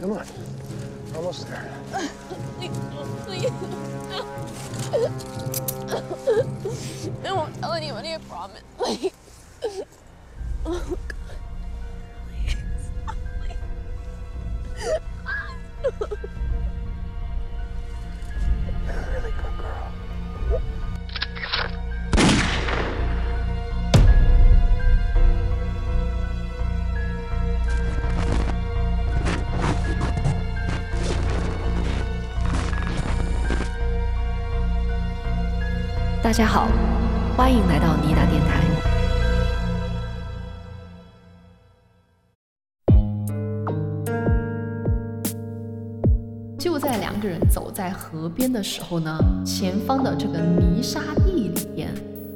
Come on. Almost there. Please, please, no. I won't tell anyone. I promise. Please. Oh, God. Please. Please. You're a really good girl. “大家好，欢迎来到妮达电台。就在两个人走在河边的时候呢，前方的这个泥沙地里边，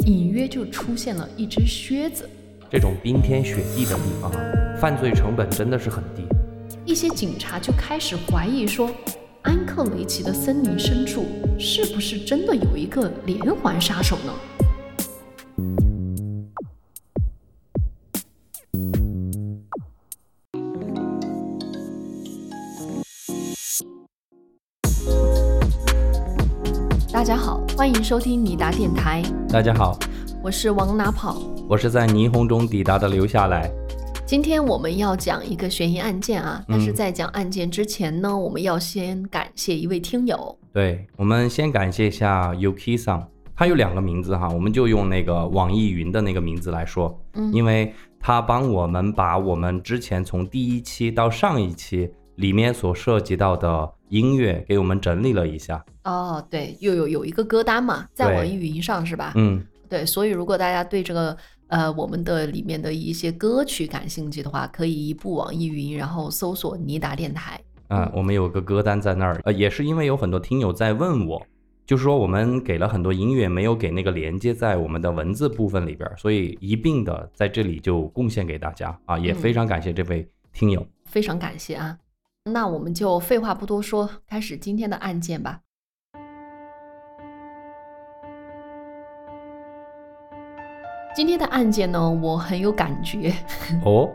隐约就出现了一只靴子。这种冰天雪地的地方啊，犯罪成本真的是很低。一些警察就开始怀疑说，安克雷奇的森林深处是不是真的有一个连环杀手呢？大家好，欢迎收听尼达电台，大家好，我是往哪跑。我是在霓虹中抵达的，留下来。今天我们要讲一个悬疑案件啊，但是在讲案件之前呢，我们要先感谢一位听友。对，我们先感谢一下 Yuki San，他有两个名字哈，我们就用那个网易云的那个名字来说，嗯因为他帮我们把我们之前从第一期到上一期里面所涉及到的音乐给我们整理了一下。哦，对，又有有一个歌单嘛，在对网易云上是吧？嗯，对，所以如果大家对这个呃我们的里面的一些歌曲感兴趣的话，可以移步网易云，然后搜索尼达电台。嗯，我们有个歌单在那儿，呃，也是因为有很多听友在问我，就是说我们给了很多音乐，没有给那个连接在我们的文字部分里边儿，所以一并的在这里就贡献给大家啊，也嗯非常感谢这位听友。非常感谢啊。那我们就废话不多说，开始今天的案件吧。今天的案件呢，我很有感觉，哦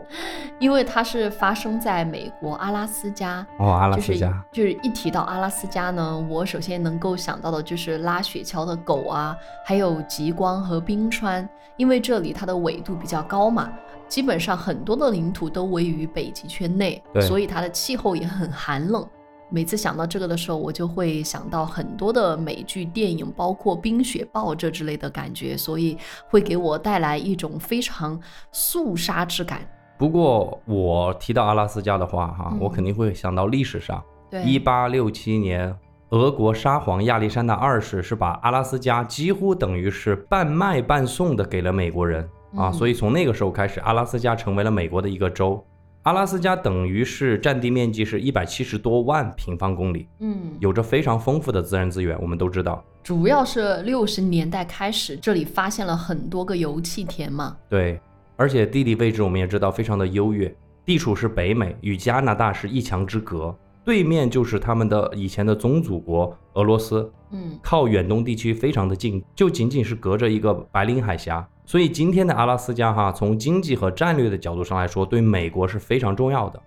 因为它是发生在美国阿拉斯加。哦，阿拉就斯是加，就是一提到阿拉斯加呢，我首先能够想到的就是拉雪橇的狗啊，还有极光和冰川，因为这里它的纬度比较高嘛，基本上很多的领土都位于北极圈内，对所以它的气候也很寒冷。每次想到这个的时候，我就会想到很多的美剧、电影，包括《冰雪暴》这之类的感觉，所以会给我带来一种非常肃杀之感。不过我提到阿拉斯加的话，哈、嗯我肯定会想到历史上对，一八六七年。俄国沙皇亚历山大二世是把阿拉斯加几乎等于是半卖半送的给了美国人啊，嗯所以从那个时候开始，阿拉斯加成为了美国的一个州。阿拉斯加等于是占地面积是一百七十多万平方公里，嗯，有着非常丰富的自然资源，我们都知道。主要是六十年代开始，这里发现了很多个油气田嘛。对，而且地理位置我们也知道非常的优越，地处是北美，与加拿大是一墙之隔，对面就是他们的以前的宗主国俄罗斯，嗯，靠远东地区非常的近，就仅仅是隔着一个白令海峡。所以今天的阿拉斯加哈，从经济和战略的角度上来说，对美国是非常重要的。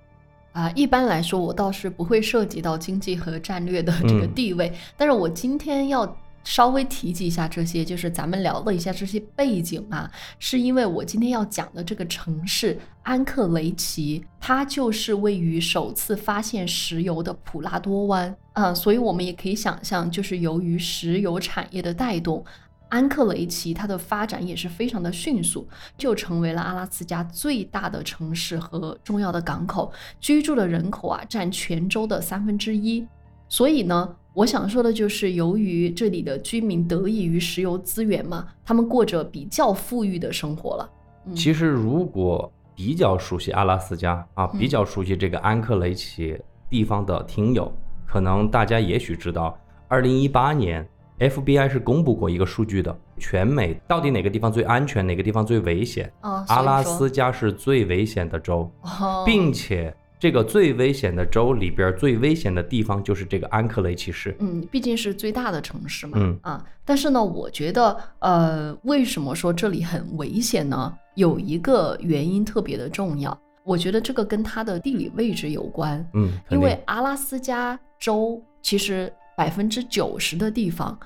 啊，一般来说我倒是不会涉及到经济和战略的这个嗯地位，但是我今天要。稍微提及一下这些，就是咱们聊了一下这些背景啊，是因为我今天要讲的这个城市安克雷奇，它就是位于首次发现石油的普拉多湾啊、所以我们也可以想象，就是由于石油产业的带动，安克雷奇它的发展也是非常的迅速，就成为了阿拉斯加最大的城市和重要的港口，居住的人口啊占全州的三分之一。所以呢，我想说的就是，由于这里的居民得益于石油资源嘛，他们过着比较富裕的生活了。嗯其实如果比较熟悉阿拉斯加啊，嗯比较熟悉这个安克雷奇地方的听友，可能大家也许知道，二零一八年 FBI 是公布过一个数据的，全美到底哪个地方最安全，哪个地方最危险？啊，所以阿拉说斯加是最危险的州。哦并且这个最危险的州里边儿最危险的地方就是这个安克雷奇市。嗯，毕竟是最大的城市嘛，嗯啊，但是呢，我觉得，呃，为什么说这里很危险呢？有一个原因特别的重要，我觉得这个跟它的地理位置有关，嗯，肯定因为阿拉斯加州其实百分之九十的地方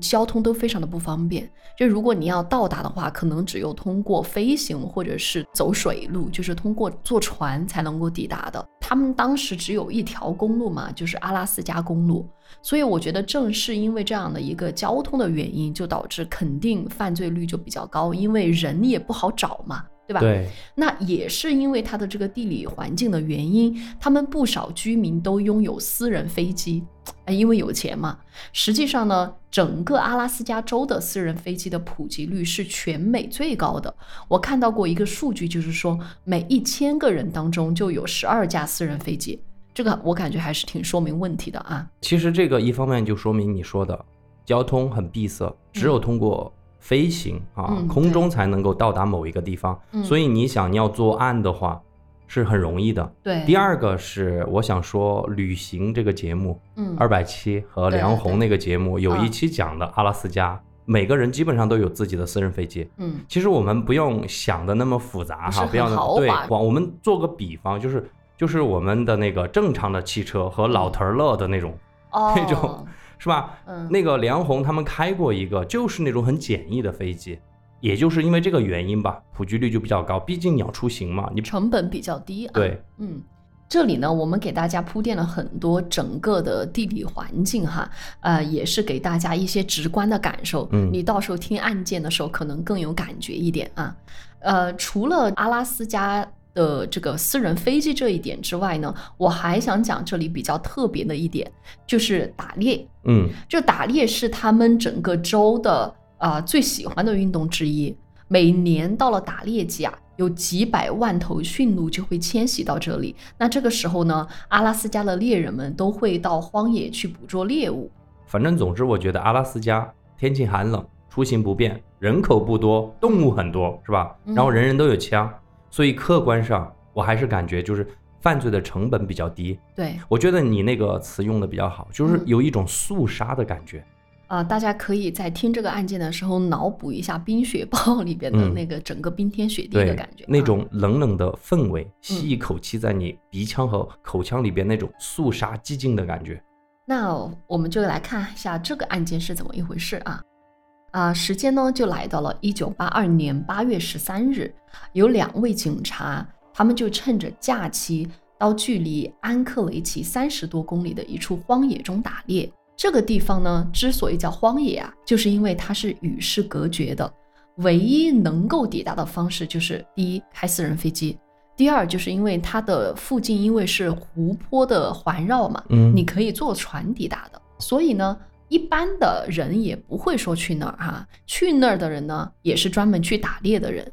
交通都非常的不方便，就如果你要到达的话，可能只有通过飞行或者是走水路，就是通过坐船才能够抵达的。他们当时只有一条公路嘛，就是阿拉斯加公路，所以我觉得正是因为这样的一个交通的原因，就导致肯定犯罪率就比较高，因为人也不好找嘛，对吧？对，那也是因为它的这个地理环境的原因，他们不少居民都拥有私人飞机，哎，因为有钱嘛。实际上呢，整个阿拉斯加州的私人飞机的普及率是全美最高的。我看到过一个数据，就是说每一千个人当中就有十二架私人飞机，这个我感觉还是挺说明问题的啊。其实这个一方面就说明你说的交通很闭塞，只有通过飞行、啊嗯，空对中才能够到达某一个地方。嗯所以你想要作案的话，是很容易的。对，第，二个是我想说，旅行这个节目嗯，二百七和对梁对红那个节目有一嗯期讲的阿拉斯加，每个人基本上都有自己的私人飞机。嗯，其实我们不用想的那么复杂不是哈，很不要那豪对，华我我们做个比方，就是就是我们的那个正常的汽车和老头儿乐的那种， 哦，那种是吧？嗯，那个梁红他们开过一个，就是那种很简易的飞机，也就是因为这个原因吧，普及率就比较高。毕竟你要出行嘛，你成本比较低啊。对，嗯，这里呢，我们给大家铺垫了很多整个的地理环境哈，呃，也是给大家一些直观的感受。嗯你到时候听案件的时候，可能更有感觉一点啊。呃，除了阿拉斯加。的这个私人飞机这一点之外呢，我还想讲这里比较特别的一点，就是打猎。嗯，这打猎是他们整个州的啊、呃最喜欢的运动之一。每年到了打猎季啊，有几百万头驯鹿就会迁徙到这里。那这个时候呢，阿拉斯加的猎人们都会到荒野去捕捉猎物。反正总之，我觉得阿拉斯加天气寒冷，出行不便，人口不多，动物很多，是吧？嗯然后人人都有枪，所以客观上我还是感觉就是犯罪的成本比较低。对我觉得你那个词用的比较好，就是嗯有一种肃杀的感觉。啊、大家可以在听这个案件的时候脑补一下《冰雪暴》里边的嗯那个整个冰天雪地的对感觉，，嗯那种冷冷的氛围，吸一口气在你鼻腔和口腔里边那种肃杀寂静的感觉。那我们就来看一下这个案件是怎么一回事啊。啊，时间呢就来到了一九八二年八月十三日，有两位警察，他们就趁着假期到距离安克雷奇三十多公里的一处荒野中打猎。这个地方呢，之所以叫荒野啊，就是因为它是与世隔绝的，唯一能够抵达的方式就是第一，开私人飞机；第二，就是因为它的附近因为是湖泊的环绕嘛，嗯你可以坐船抵达的。所以呢，一般的人也不会说去那儿哈、去那儿的人呢，也是专门去打猎的人。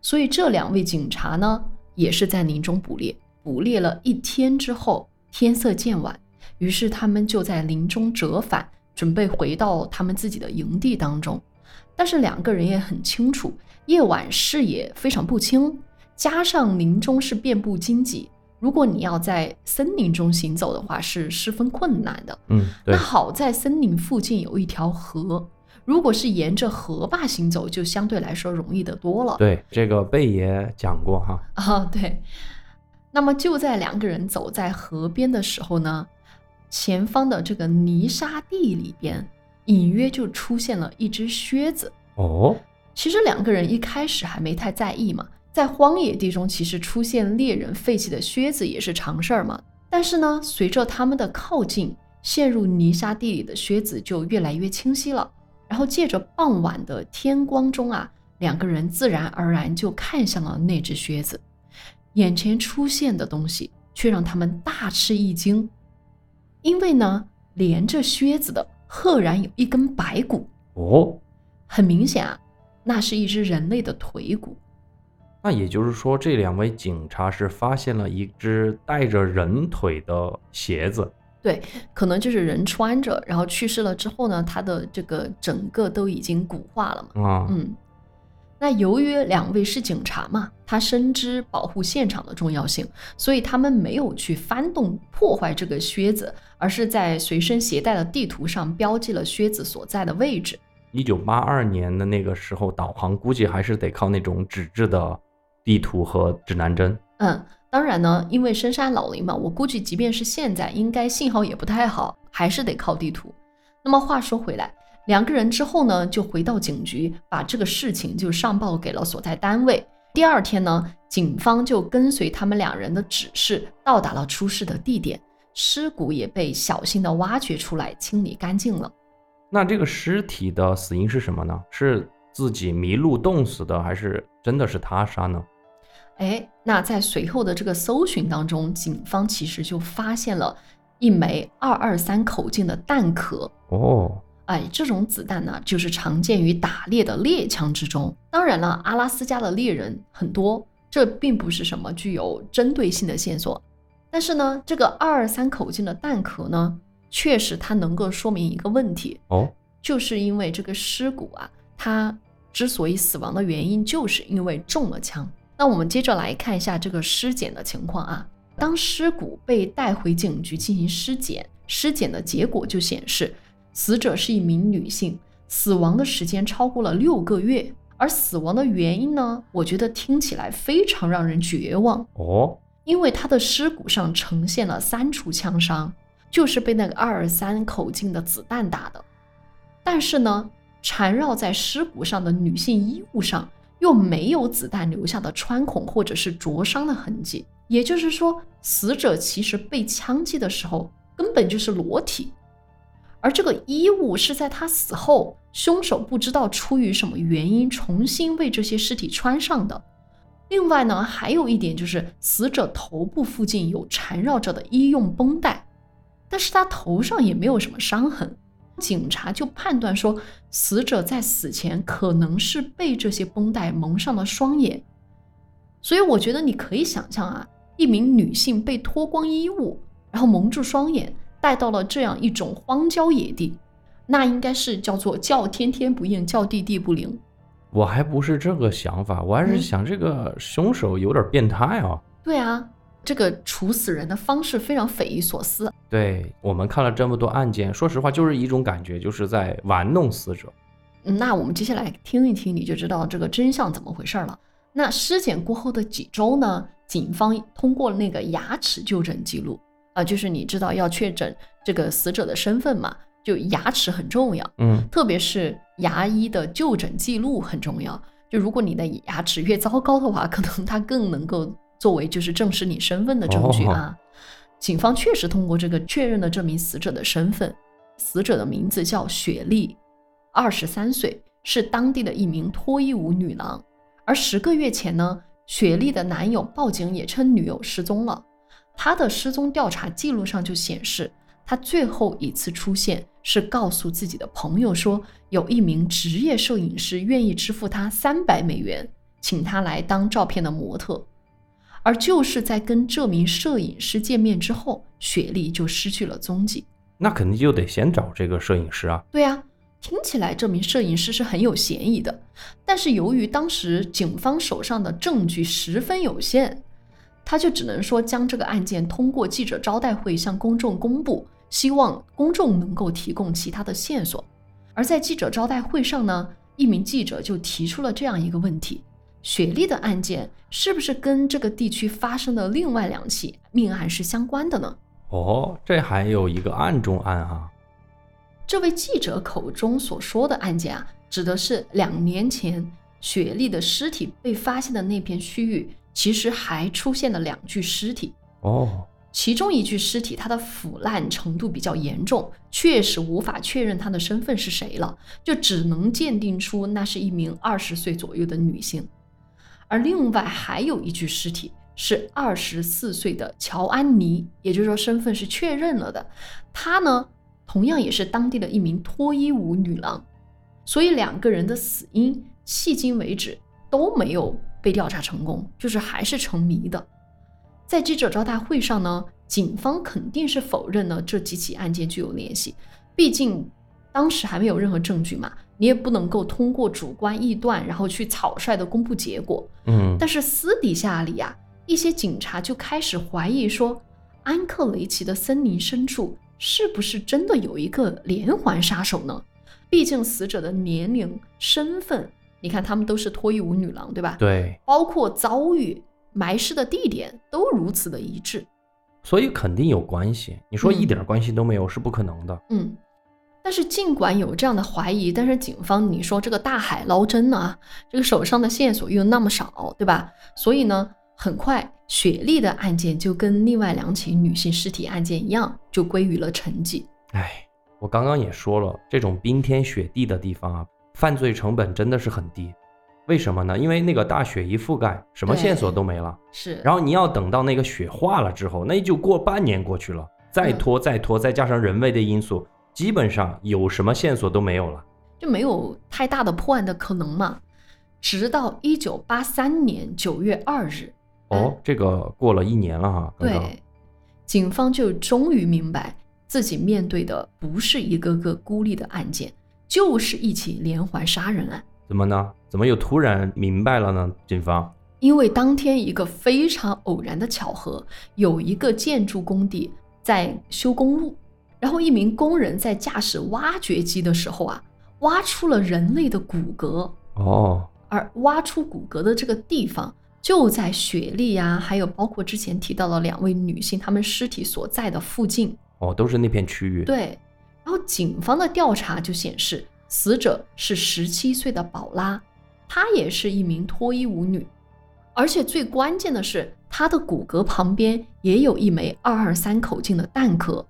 所以这两位警察呢，也是在林中捕猎，捕猎了一天之后，天色渐晚，于是他们就在林中折返，准备回到他们自己的营地当中。但是两个人也很清楚，夜晚视野非常不清，加上林中是遍布荆棘，如果你要在森林中行走的话，是十分困难的。嗯，对那，好在森林附近有一条河，如果是沿着河坝行走，就相对来说容易得多了。对，这个贝爷讲过哈， 啊、对。那么就在两个人走在河边的时候呢，前方的这个泥沙地里边，隐约就出现了一只靴子。哦，其实两个人一开始还没太在意嘛，在荒野地中，其实出现猎人废弃的靴子也是常事儿嘛。但是呢，随着他们的靠近，陷入泥沙地里的靴子就越来越清晰了。然后借着傍晚的天光中啊，两个人自然而然就看向了那只靴子。眼前出现的东西却让他们大吃一惊，因为呢，连着靴子的赫然有一根白骨。哦，很明显啊，那是一只人类的腿骨。那也就是说，这两位警察是发现了一只带着人腿的鞋子。可能就是人穿着，然后去世了之后呢，它的这个整个都已经骨化了嘛。啊，嗯，那由于两位是警察嘛，他深知保护现场的重要性，所以他们没有去翻动破坏这个靴子，而是在随身携带的地图上标记了靴子所在的位置。一九八二年的那个时候，导航估计还是得靠那种纸质的地图和指南针。嗯，当然呢，因为深山老林嘛，我估计即便是现在，应该信号也不太好，还是得靠地图。那么话说回来，两个人之后呢，就回到警局，把这个事情就上报给了所在单位。第二天呢，警方就跟随他们两人的指示，到达了出事的地点，尸骨也被小心的挖掘出来，清理干净了。那这个尸体的死因是什么呢？是自己迷路冻死的，还是真的是他杀呢？哎，那在随后的这个搜寻当中，警方其实就发现了一枚二二三口径的弹壳。哦，哎，这种子弹呢，就是常见于打猎的猎枪之中。当然了，阿拉斯加的猎人很多，这并不是什么具有针对性的线索。但是呢，这个二二三口径的弹壳呢，确实它能够说明一个问题，哦，就是因为这个尸骨啊，它之所以死亡的原因，就是因为中了枪。那我们接着来看一下这个尸检的情况啊。当尸骨被带回警局进行尸检，尸检的结果就显示，死者是一名女性，死亡的时间超过了六个月。而死亡的原因呢，我觉得听起来非常让人绝望，哦，因为她的尸骨上呈现了三处枪伤，就是被那个二二三口径的子弹打的。但是呢，缠绕在尸骨上的女性衣物上又没有子弹留下的穿孔或者是灼伤的痕迹，也就是说，死者其实被枪击的时候根本就是裸体，而这个衣物是在他死后，凶手不知道出于什么原因重新为这些尸体穿上的。另外呢，还有一点就是死者头部附近有缠绕着的医用绷带，但是他头上也没有什么伤痕。警察就判断说，死者在死前可能是被这些绷带蒙上了双眼。所以我觉得你可以想象啊，一名女性被脱光衣物，然后蒙住双眼，带到了这样一种荒郊野地，那应该是叫做叫天天不应，叫地地不灵。我还不是这个想法，我还是嗯想这个凶手有点变态啊。对啊，这个处死人的方式非常匪夷所思。对我们看了这么多案件，说实话就是一种感觉，就是在玩弄死者。嗯那我们接下来听一听，你就知道这个真相怎么回事儿了。那尸检过后的几周呢，警方通过那个牙齿就诊记录啊、就是你知道要确诊这个死者的身份嘛，就牙齿很重要，嗯，特别是牙医的就诊记录很重要。就如果你的牙齿越糟糕的话，可能它更能够作为就是证实你身份的证据啊。警方确实通过这个确认了这名死者的身份，死者的名字叫雪莉，二十三岁，是当地的一名脱衣舞女郎。而十个月前呢，雪莉的男友报警也称女友失踪了。她的失踪调查记录上就显示，她最后一次出现是告诉自己的朋友说，有一名职业摄影师愿意支付她三百美元，请她来当照片的模特。而就是在跟这名摄影师见面之后，雪莉就失去了踪迹。那肯定就得先找这个摄影师啊。对啊，听起来这名摄影师是很有嫌疑的，但是由于当时警方手上的证据十分有限，他就只能说将这个案件通过记者招待会向公众公布，希望公众能够提供其他的线索。而在记者招待会上呢，一名记者就提出了这样一个问题：雪莉的案件是不是跟这个地区发生的另外两起命案是相关的呢？哦，这还有一个案中案啊。这位记者口中所说的案件啊，指的是两年前雪莉的尸体被发现的那片区域，其实还出现了两具尸体，哦，其中一具尸体它的腐烂程度比较严重，确实无法确认她的身份是谁了，就只能鉴定出那是一名二十岁左右的女性，而另外还有一具尸体。是二十四岁的乔安妮，也就是说身份是确认了的。她呢，同样也是当地的一名脱衣舞女郎，所以两个人的死因迄今为止都没有被调查成功，就是还是成谜的。在记者招待会上呢，警方肯定是否认了这几起案件具有联系，毕竟当时还没有任何证据嘛，你也不能够通过主观臆断，然后去草率的公布结果。嗯，但是私底下里啊，一些警察就开始怀疑说，安克雷奇的森林深处是不是真的有一个连环杀手呢？毕竟死者的年龄、身份，你看他们都是脱衣舞女郎，对吧？对，包括遭遇埋尸的地点都如此的一致。所以肯定有关系。嗯你说一点关系都没有是不可能的。嗯，但是尽管有这样的怀疑，但是警方你说这个大海捞针呢、啊，这个手上的线索又那么少，对吧？所以呢，很快雪莉的案件就跟另外两起女性尸体案件一样，就归于了沉寂。哎，我刚刚也说了，这种冰天雪地的地方啊，犯罪成本真的是很低。为什么呢？因为那个大雪一覆盖，什么对线索都没了。是，然后你要等到那个雪化了之后，那就过半年过去了，再嗯拖再拖，再加上人为的因素，基本上有什么线索都没有了。就没有太大的破案的可能嘛。直到一九八三年九月二日，哦，这个过了一年了哈，刚刚对，警方就终于明白自己面对的不是一个个孤立的案件，就是一起连环杀人案。怎么呢？怎么又突然明白了呢？警方因为当天一个非常偶然的巧合，有一个建筑工地在修公路，然后一名工人在驾驶挖掘机的时候啊，挖出了人类的骨骼，哦，而挖出骨骼的这个地方，就在雪莉啊，还有包括之前提到的两位女性她们尸体所在的附近。哦，都是那片区域。，对，然后警方的调查就显示，死者是十七岁的宝拉，她也是一名脱衣舞女，而且最关键的是，她的骨骼旁边也有一枚二二三口径的弹壳。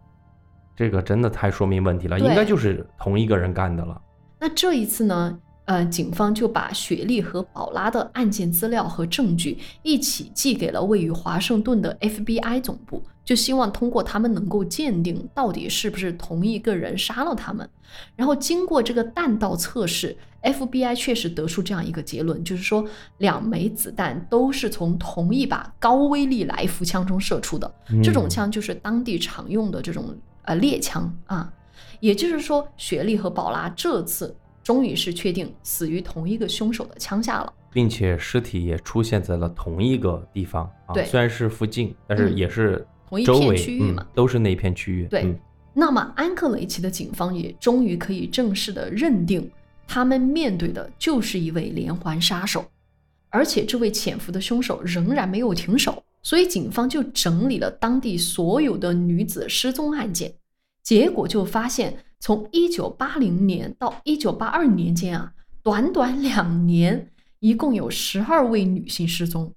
这个真的太说明问题了，对应该就是同一个人干的了。那这一次呢，呃，警方就把雪莉和宝拉的案件资料和证据一起寄给了位于华盛顿的 FBI 总部，就希望通过他们能够鉴定到底是不是同一个人杀了他们。然后经过这个弹道测试，FBI 确实得出这样一个结论，就是说两枚子弹都是从同一把高威力来福枪中射出的。这种嗯枪就是当地常用的这种呃猎枪啊。也就是说，雪莉和宝拉这次终于是确定死于同一个凶手的枪下了。并且尸体也出现在了同一个地方啊，对虽然是附近，但是嗯也是同一周片围区域嘛嗯，都是那片区域。对嗯那么，安克雷奇的警方也终于可以正式的认定，他们面对的就是一位连环杀手，而且这位潜伏的凶手仍然没有停手，所以警方就整理了当地所有的女子失踪案件，结果就发现，从一九八零年到一九八二年间啊，短短两年，一共有十二位女性失踪。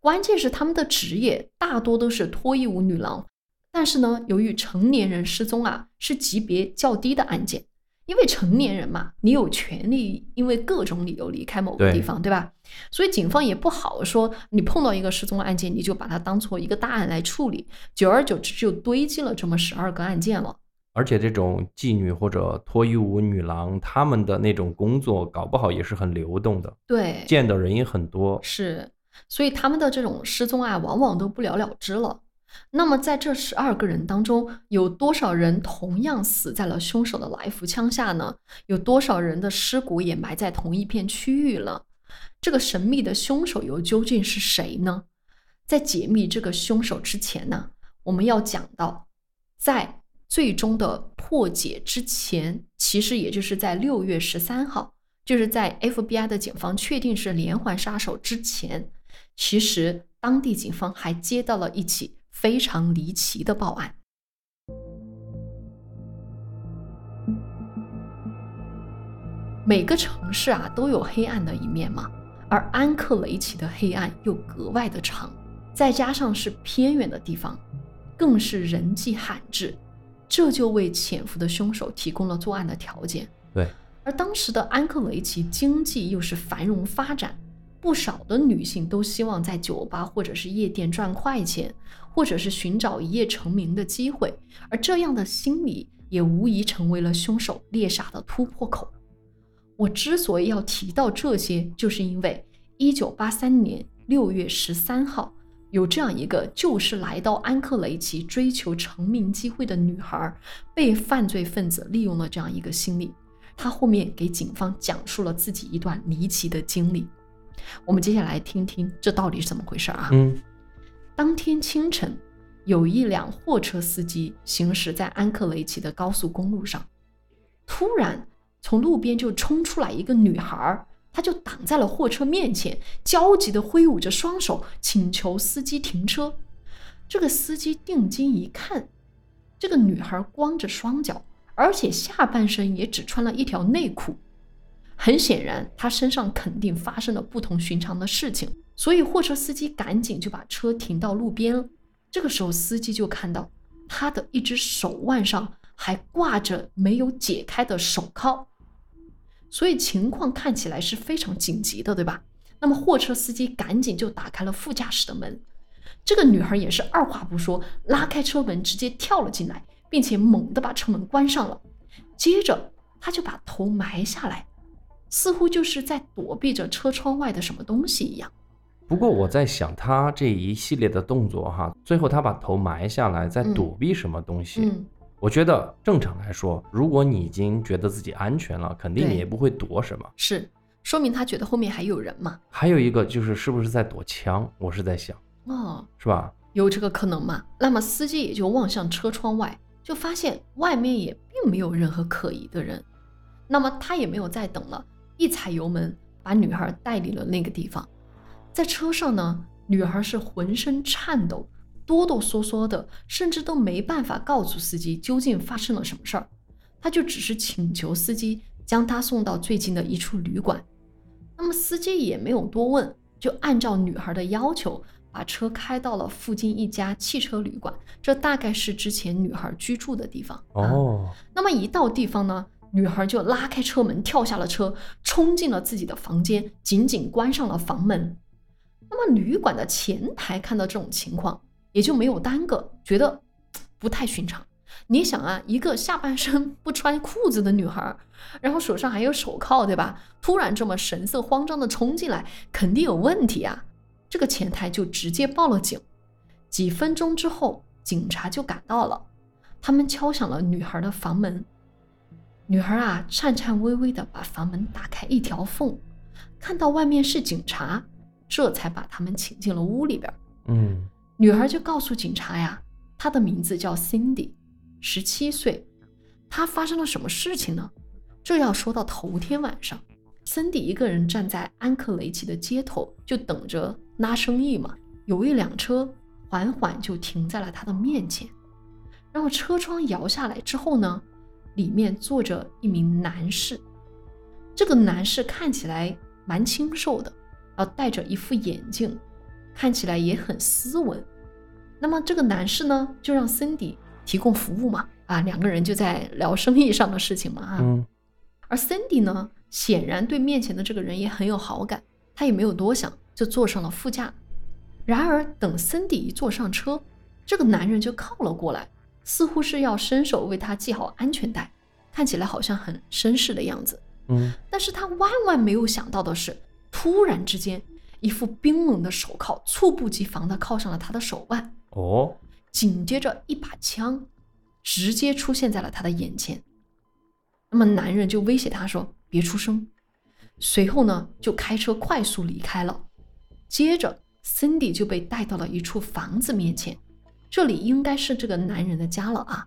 关键是她们的职业大多都是脱衣舞女郎，但是呢，由于成年人失踪啊是级别较低的案件，因为成年人嘛，你有权利因为各种理由离开某个对地方，对吧？所以警方也不好说，你碰到一个失踪案件，你就把它当做一个大案来处理，久而久之就堆积了这么十二个案件了。而且这种妓女或者脱衣舞女郎，她们的那种工作搞不好也是很流动的，对，见的人也很多。是，所以他们的这种失踪案往往都不了了之了。那么，在这十二个人当中，有多少人同样死在了凶手的来福枪下呢？有多少人的尸骨也埋在同一片区域了？这个神秘的凶手又究竟是谁呢？在解密这个凶手之前呢，我们要讲到，在最终的破解之前，其实也就是在六月十三号，就是在 FBI 的警方确定是连环杀手之前，其实当地警方还接到了一起非常离奇的报案。每个城市啊都有黑暗的一面嘛，而安克雷奇的黑暗又格外的长，再加上是偏远的地方，更是人迹罕至，这就为潜伏的凶手提供了作案的条件。对，而当时的安克雷奇经济又是繁荣发展，不少的女性都希望在酒吧或者是夜店赚快钱，或者是寻找一夜成名的机会，而这样的心理也无疑成为了凶手猎杀的突破口。我之所以要提到这些，就是因为一九八三年六月十三号，有这样一个就是来到安克雷奇追求成名机会的女孩，被犯罪分子利用了这样一个心理。她后面给警方讲述了自己一段离奇的经历。我们接下来听听这到底是怎么回事啊？嗯，当天清晨，有一辆货车司机行驶在安克雷奇的高速公路上，突然从路边就冲出来一个女孩儿，他就挡在了货车面前，焦急地挥舞着双手，请求司机停车。这个司机定睛一看，这个女孩光着双脚，而且下半身也只穿了一条内裤。很显然，她身上肯定发生了不同寻常的事情，所以货车司机赶紧就把车停到路边了。这个时候，司机就看到她的一只手腕上还挂着没有解开的手铐，所以情况看起来是非常紧急的，对吧？那么货车司机赶紧就打开了副驾驶的门，这个女孩也是二话不说，拉开车门直接跳了进来，并且猛地把车门关上了。接着，她就把头埋下来。似乎就是在躲避着车窗外的什么东西一样。不过我在想，他这一系列的动作哈，最后他把头埋下来，在嗯躲避什么东西？嗯，我觉得正常来说，如果你已经觉得自己安全了，肯定对你也不会躲什么。是，说明他觉得后面还有人嘛？还有一个就是是不是在躲枪？我是在想，哦，是吧？有这个可能嘛？那么司机也就望向车窗外，就发现外面也并没有任何可疑的人。那么他也没有再等了，一踩油门把女孩带离了那个地方。在车上呢，女孩是浑身颤抖，哆哆嗦嗦的，甚至都没办法告诉司机究竟发生了什么事儿。她就只是请求司机将她送到最近的一处旅馆。那么司机也没有多问，就按照女孩的要求，把车开到了附近一家汽车旅馆，这大概是之前女孩居住的地方。啊哦，那么一到地方呢，女孩就拉开车门，跳下了车，冲进了自己的房间，紧紧关上了房门。那么旅馆的前台看到这种情况，也就没有耽搁，觉得嘖不太寻常。你想啊，一个下半身不穿裤子的女孩，然后手上还有手铐，对吧？突然这么神色慌张的冲进来，肯定有问题啊！这个前台就直接报了警。几分钟之后，警察就赶到了。他们敲响了女孩的房门。女孩啊，颤颤巍巍地把房门打开一条缝，看到外面是警察，这才把他们请进了屋里边儿。嗯，女孩就告诉警察呀，她的名字叫 Cindy，十七岁。她发生了什么事情呢？这要说到头天晚上，Cindy 一个人站在安克雷奇的街头，就等着拉生意嘛。有一辆车缓缓就停在了她的面前，然后车窗摇下来之后呢，里面坐着一名男士。这个男士看起来蛮清瘦的，然后戴着一副眼镜，看起来也很斯文。那么这个男士呢，就让森迪提供服务嘛，啊，两个人就在聊生意上的事情嘛，啊，嗯，而 Cindy 呢，显然对面前的这个人也很有好感，他也没有多想，就坐上了副驾。然而，等 Cindy 一坐上车，这个男人就靠了过来，似乎是要伸手为她系好安全带，看起来好像很绅士的样子。嗯，但是他万万没有想到的是，突然之间，一副冰冷的手铐猝不及防地铐上了他的手腕。哦，紧接着一把枪直接出现在了他的眼前。那么男人就威胁他说：“别出声。”随后呢，就开车快速离开了。接着，Cindy 就被带到了一处房子面前，这里应该是这个男人的家了啊。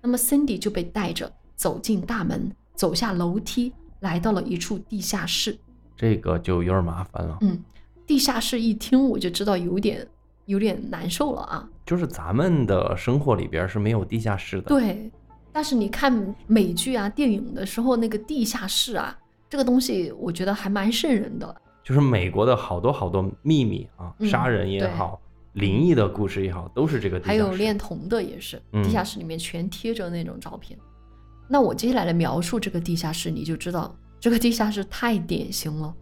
那么，Cindy 就被带着走进大门，走下楼梯，来到了一处地下室。这个就有点麻烦了。嗯，地下室一听我就知道有点有点难受了啊。就是咱们的生活里边是没有地下室的。，对，但是你看美剧啊、电影的时候，那个地下室啊，这个东西我觉得还蛮瘆人的。就是美国的好多好多秘密啊，嗯杀人也对好，灵异的故事也好，都是这个地下还室。有恋童的也是，嗯地下室里面全贴着那种照片。那我接下来来描述这个地下室，你就知道这个地下室太典型了。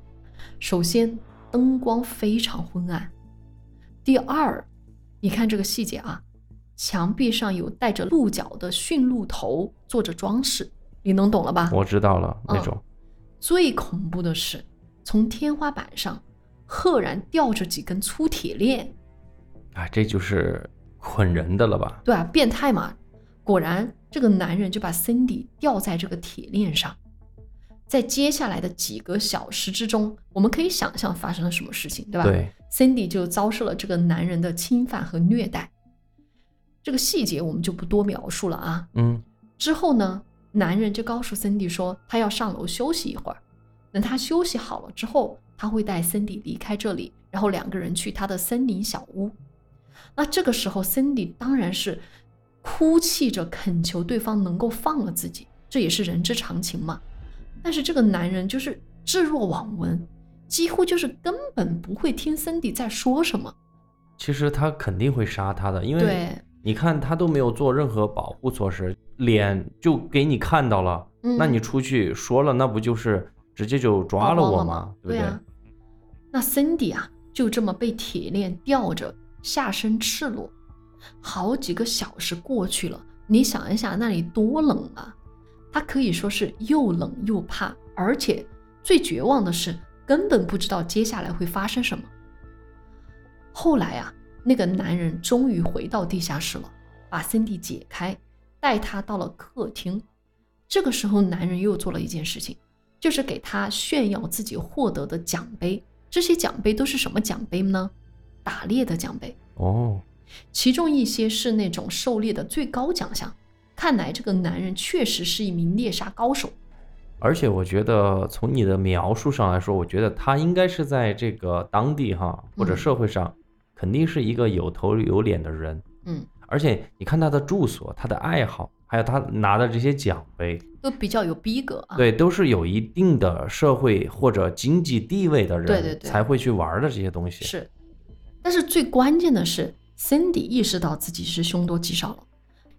首先，灯光非常昏暗；第二，你看这个细节啊，墙壁上有带着鹿角的驯鹿头做着装饰，你能懂了吧？我知道了，嗯那种最恐怖的是，从天花板上赫然吊着几根粗铁链。啊，这就是捆人的了吧？对啊，变态嘛！果然，这个男人就把 Cindy 吊在这个铁链上。在接下来的几个小时之中，我们可以想象发生了什么事情，对吧？对， Cindy 就遭受了这个男人的侵犯和虐待。这个细节我们就不多描述了啊，嗯，之后呢，男人就告诉 Cindy 说他要上楼休息一会儿。那等他休息好了之后，他会带森迪离开这里，然后两个人去他的森林小屋。那这个时候，森迪当然是哭泣着恳求对方能够放了自己，这也是人之常情嘛。但是这个男人就是置若罔闻，几乎就是根本不会听森迪在说什么。其实他肯定会杀他的，因为对，你看他都没有做任何保护措施，脸就给你看到了，嗯那你出去说了，那不就是直接就抓了我吗？对不对？啊，那森迪啊，就这么被铁链吊着，下身赤裸，好几个小时过去了，你想一下那里多冷啊！他可以说是又冷又怕，而且最绝望的是根本不知道接下来会发生什么。后来啊，那个男人终于回到地下室了，把森迪解开，带他到了客厅。这个时候，男人又做了一件事情，就是给他炫耀自己获得的奖杯。这些奖杯都是什么奖杯呢？打猎的奖杯，哦，其中一些是那种狩猎的最高奖项。看来这个男人确实是一名猎杀高手。而且我觉得从你的描述上来说，我觉得他应该是在这个当地哈或者嗯社会上，肯定是一个有头有脸的人。嗯，而且你看他的住所、他的爱好，还有他拿的这些奖杯，都比较有逼格啊。对，都是有一定的社会或者经济地位的人对对对才会去玩的这些东西。是，但是最关键的是，Cindy 意识到自己是凶多吉少了，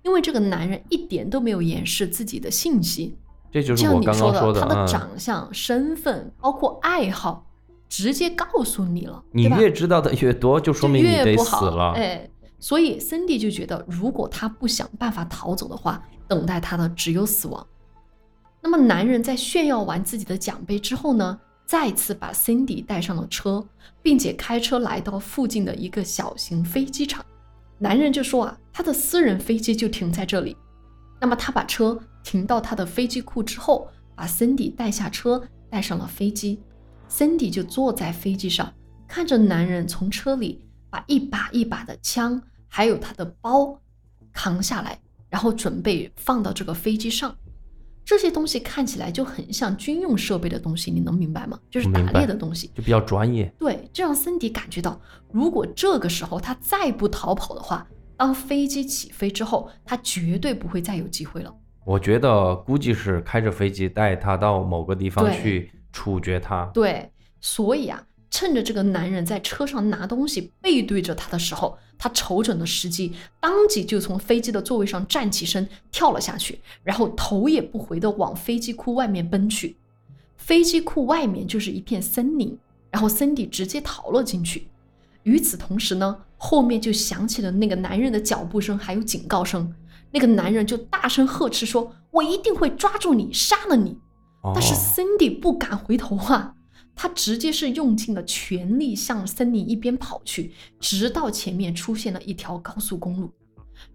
因为这个男人一点都没有掩饰自己的信息，这就是像我你刚刚的，的，他的嗯，长相、身份，包括爱好，直接告诉你了，你对吧？越知道的越多，就说就明你越得不死好，了。哎。所以森迪就觉得，如果他不想办法逃走的话，等待他的只有死亡。那么，男人在炫耀完自己的奖杯之后呢，再次把森迪带上了车，并且开车来到附近的一个小型飞机场。男人就说啊，他的私人飞机就停在这里。那么他把车停到他的飞机库之后，把森迪带下车，带上了飞机。森迪就坐在飞机上，看着男人从车里把一把一把的枪，还有他的包扛下来，然后准备放到这个飞机上。这些东西看起来就很像军用设备的东西，你能明白吗？就是打明白猎的东西。就比较专业，对，这让森迪感觉到，如果这个时候他再不逃跑的话，当飞机起飞之后，他绝对不会再有机会了。我觉得估计是开着飞机带他到某个地方对去处决他。对，所以啊，趁着这个男人在车上拿东西背对着他的时候，他瞅准了时机，当即就从飞机的座位上站起身，跳了下去，然后头也不回地往飞机库外面奔去。飞机库外面就是一片森林，然后森迪直接逃了进去。与此同时呢，后面就响起了那个男人的脚步声，还有警告声。那个男人就大声呵斥说：“我一定会抓住你，杀了你！”哦但是 Cindy 不敢回头啊，他直接是用尽了全力向森林一边跑去，直到前面出现了一条高速公路。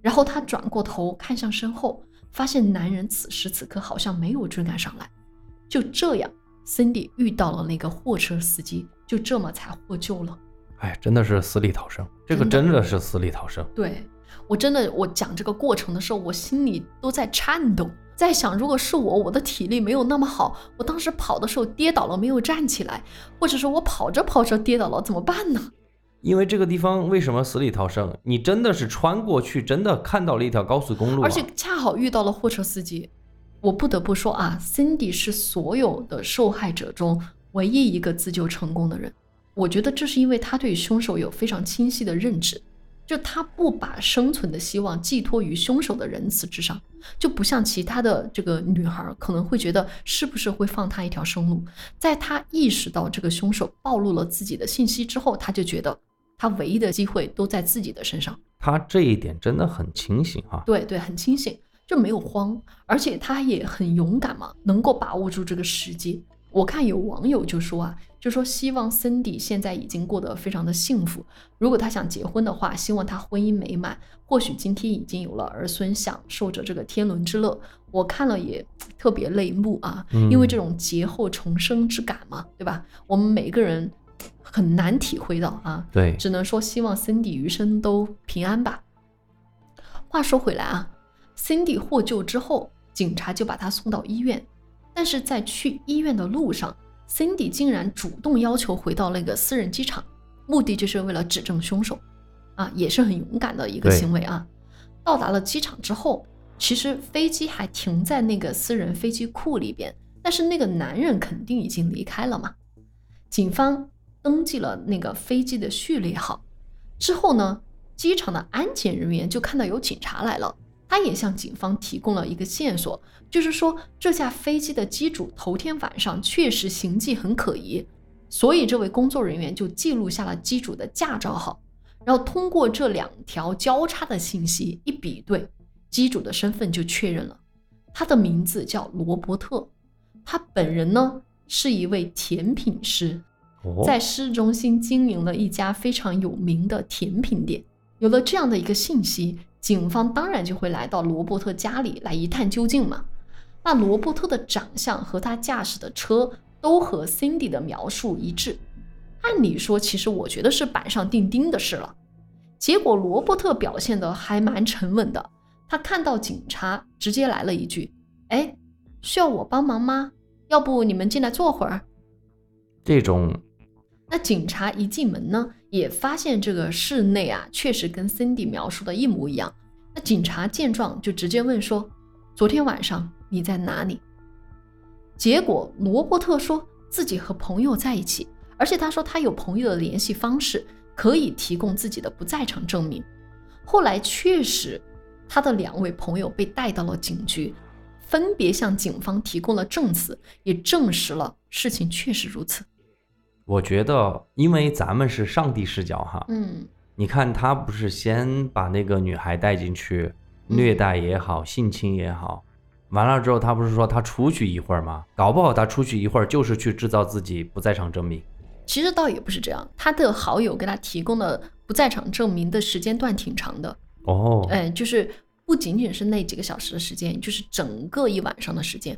然后他转过头看向身后，发现男人此时此刻好像没有追赶上来。就这样，Cindy 遇到了那个货车司机，就这么才获救了。哎，真的是死里逃生，这个真真的是死里逃生。对我真的，我讲这个过程的时候，我心里都在颤抖，在想，如果是我，我的体力没有那么好，我当时跑的时候跌倒了没有站起来，或者说我跑着跑着跌倒了怎么办呢？因为这个地方为什么死里逃生？你真的是穿过去，真的看到了一条高速公路、啊，而且恰好遇到了货车司机，我不得不说啊，Cindy 是所有的受害者中唯一一个自救成功的人。我觉得这是因为他对凶手有非常清晰的认知，就他不把生存的希望寄托于凶手的仁慈之上，就不像其他的这个女孩可能会觉得是不是会放她一条生路。在她意识到这个凶手暴露了自己的信息之后，她就觉得她唯一的机会都在自己的身上。他这一点真的很清醒哈、啊。对对，很清醒，就没有慌，而且他也很勇敢嘛，能够把握住这个时机。我看有网友就说啊，就说希望森迪现在已经过得非常的幸福，如果他想结婚的话，希望他婚姻美满，或许今天已经有了儿孙，享受着这个天伦之乐。我看了也特别泪目啊，因为这种劫后重生之感嘛，对吧？我们每个人很难体会到啊，对，只能说希望 Cindy 余生都平安吧。话说回来啊，Cindy 获救之后，警察就把她送到医院，但是在去医院的路上 Cindy 竟然主动要求回到那个私人机场，目的就是为了指证凶手，啊，也是很勇敢的一个对行为啊。到达了机场之后，其实飞机还停在那个私人飞机库里边，但是那个男人肯定已经离开了嘛。警方登记了那个飞机的序列号，之后呢，机场的安检人员就看到有警察来了，他也向警方提供了一个线索，就是说这架飞机的机主头天晚上确实行迹很可疑，所以这位工作人员就记录下了机主的驾照号，然后通过这两条交叉的信息一比对，机主的身份就确认了，他的名字叫罗伯特，他本人呢是一位甜品师。哦，在市中心经营了一家非常有名的甜品店。有了这样的一个信息，警方当然就会来到罗伯特家里来一探究竟嘛。那罗伯特的长相和他驾驶的车都和 Cindy 的描述一致，按理说，其实我觉得是板上钉钉的事了。结果罗伯特表现得还蛮沉稳的，他看到警察直接来了一句：“哎，需要我帮忙吗？要不你们进来坐会儿？”这种那警察一进门呢，也发现这个室内啊，确实跟 Cindy 描述的一模一样。那警察见状就直接问说：“昨天晚上你在哪里？”结果罗伯特说自己和朋友在一起，而且他说他有朋友的联系方式，可以提供自己的不在场证明。后来确实，他的两位朋友被带到了警局，分别向警方提供了证词，也证实了事情确实如此。我觉得，因为咱们是上帝视角哈，嗯。你看他不是先把那个女孩带进去，嗯虐待也好，性侵也好，完了之后他不是说他出去一会儿吗？搞不好他出去一会儿就是去制造自己不在场证明。其实倒也不是这样，他的好友给他提供的不在场证明的时间段挺长的，哦，嗯，就是不仅仅是那几个小时的时间，就是整个一晚上的时间。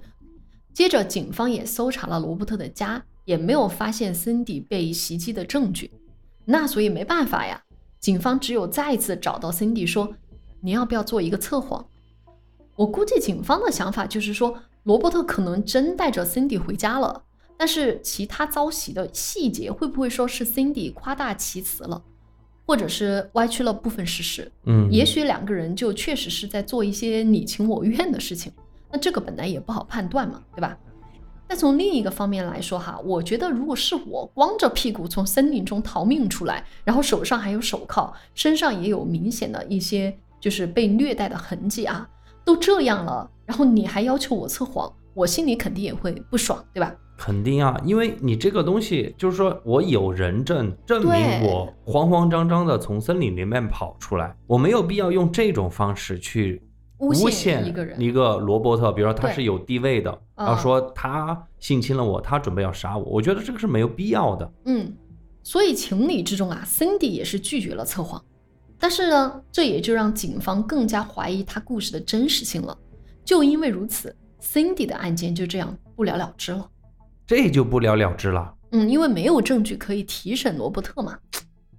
接着，警方也搜查了罗伯特的家，也没有发现森迪被袭击的证据。那所以没办法呀，警方只有再次找到森迪说：“你要不要做一个测谎？”我估计警方的想法就是说，罗伯特可能真带着 Cindy 回家了，但是其他遭袭的细节会不会说是 Cindy 夸大其词了，或者是歪曲了部分事实？嗯，也许两个人就确实是在做一些你情我愿的事情，那这个本来也不好判断嘛，对吧？但从另一个方面来说哈，我觉得如果是我光着屁股从森林中逃命出来，然后手上还有手铐，身上也有明显的一些就是被虐待的痕迹啊，都这样了，然后你还要求我测谎，我心里肯定也会不爽，对吧？肯定啊，因为你这个东西就是说我有人证证明对我慌慌张张的从森林里面跑出来，我没有必要用这种方式去诬诬一个人，一个罗伯特，比如说他对嗯是有地位的，然后说他性侵了我，他准备要杀我，我觉得这个是没有必要的。嗯，所以情理之中啊，Cindy 也是拒绝了测谎。但是呢，这也就让警方更加怀疑他故事的真实性了。就因为如此，Cindy 的案件就这样不了了之了。这就不了了之了。嗯，因为没有证据可以提审罗伯特嘛。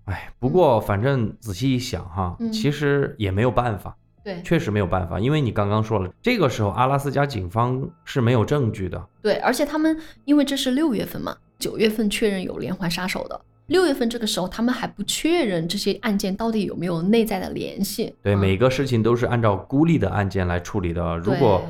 哎，不过反正仔细一想哈，嗯其实也没有办法，对确实没有办法，因为你刚刚说了，这个时候阿拉斯加警方是没有证据的。对，而且他们因为这是六月份嘛，九月份确认有连环杀手的，六月份这个时候他们还不确认这些案件到底有没有内在的联系。对，嗯每个事情都是按照孤立的案件来处理的。如对果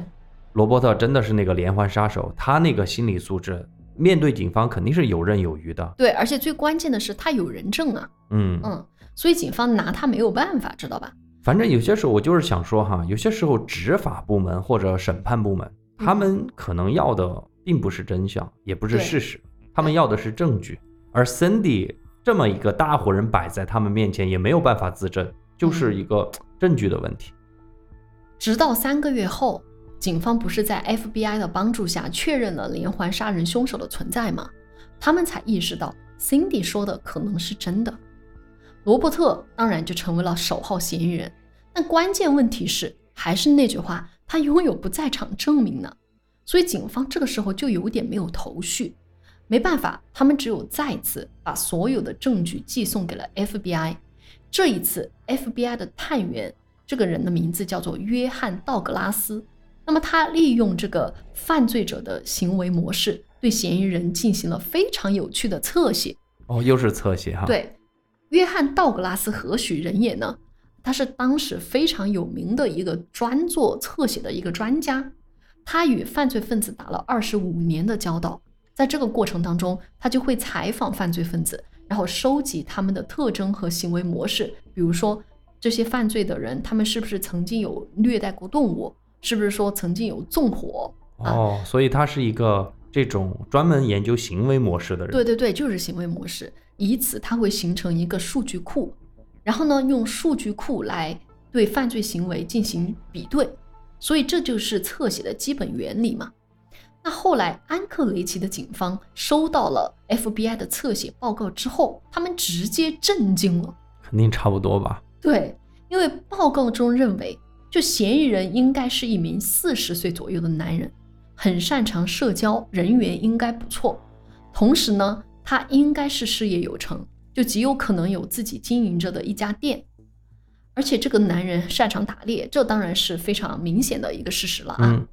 罗伯特真的是那个连环杀手，他那个心理素质，面对警方肯定是游刃有余的。对，而且最关键的是他有人证啊。嗯嗯，所以警方拿他没有办法，知道吧？反正有些时候我就是想说哈，有些时候执法部门或者审判部门，他们可能要的并不是真相，也不是嗯对事实，他们要的是证据。而 Cindy 这么一个大活人摆在他们面前，也没有办法自证，就是嗯一个证据的问题。直到三个月后，警方不是在 FBI 的帮助下确认了连环杀人凶手的存在吗？他们才意识到 Cindy 说的可能是真的。罗伯特当然就成为了首号嫌疑人，但关键问题是，还是那句话，他拥有不在场证明呢，所以警方这个时候就有点没有头绪。没办法，他们只有再次把所有的证据寄送给了 FBI。这一次，FBI 的探员这个人的名字叫做约翰·道格拉斯。那么他利用这个犯罪者的行为模式，对嫌疑人进行了非常有趣的侧写。哦，又是侧写哈。，对，约翰·道格拉斯何许人也呢？他是当时非常有名的一个专做侧写的一个专家，他与犯罪分子打了二十五年的交道，在这个过程当中，他就会采访犯罪分子，然后收集他们的特征和行为模式，比如说这些犯罪的人，他们是不是曾经有虐待过动物，是不是说曾经有纵火，啊哦，所以他是一个这种专门研究行为模式的人。对对对，就是行为模式，以此它会形成一个数据库，然后呢，用数据库来对犯罪行为进行比对，所以这就是侧写的基本原理嘛。那后来，安克雷奇的警方收到了 FBI 的侧写报告之后，他们直接震惊了。肯定差不多吧。对，因为报告中认为，就嫌疑人应该是一名四十岁左右的男人，很擅长社交，人缘应该不错。同时呢，他应该是事业有成，就极有可能有自己经营着的一家店。而且这个男人擅长打猎，这当然是非常明显的一个事实了啊。嗯，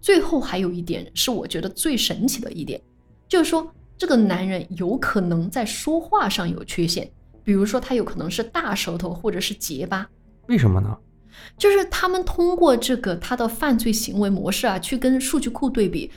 最后还有一点是我觉得最神奇的一点，就是说这个男人有可能在说话上有缺陷，比如说他有可能是大舌头或者是结巴，为什么呢？就是他们通过这个他的犯罪行为模式啊，去跟数据库对比，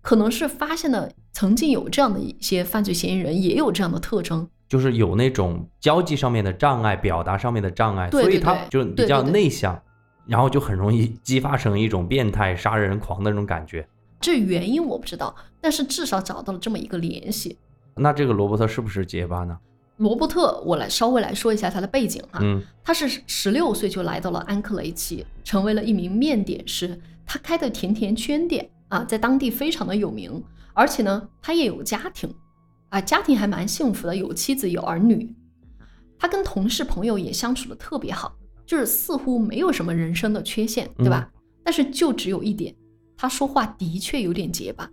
可能是发现了曾经有这样的一些犯罪嫌疑人也有这样的特征，就是有那种交际上面的障碍、表达上面的障碍，对所以对他对就对比较对对内向，然后就很容易激发成一种变态杀人狂的那种感觉。这原因我不知道，但是至少找到了这么一个联系。那这个罗伯特是不是结巴呢？罗伯特，我来稍微来说一下他的背景哈、嗯，他是十六岁就来到了安克雷奇，成为了一名面点师。他开的甜甜圈店啊，在当地非常的有名，而且呢，他也有家庭，啊，家庭还蛮幸福的，有妻子有儿女。他跟同事朋友也相处的特别好，就是似乎没有什么人生的缺陷，嗯对吧？但是就只有一点，他说话的确有点结巴，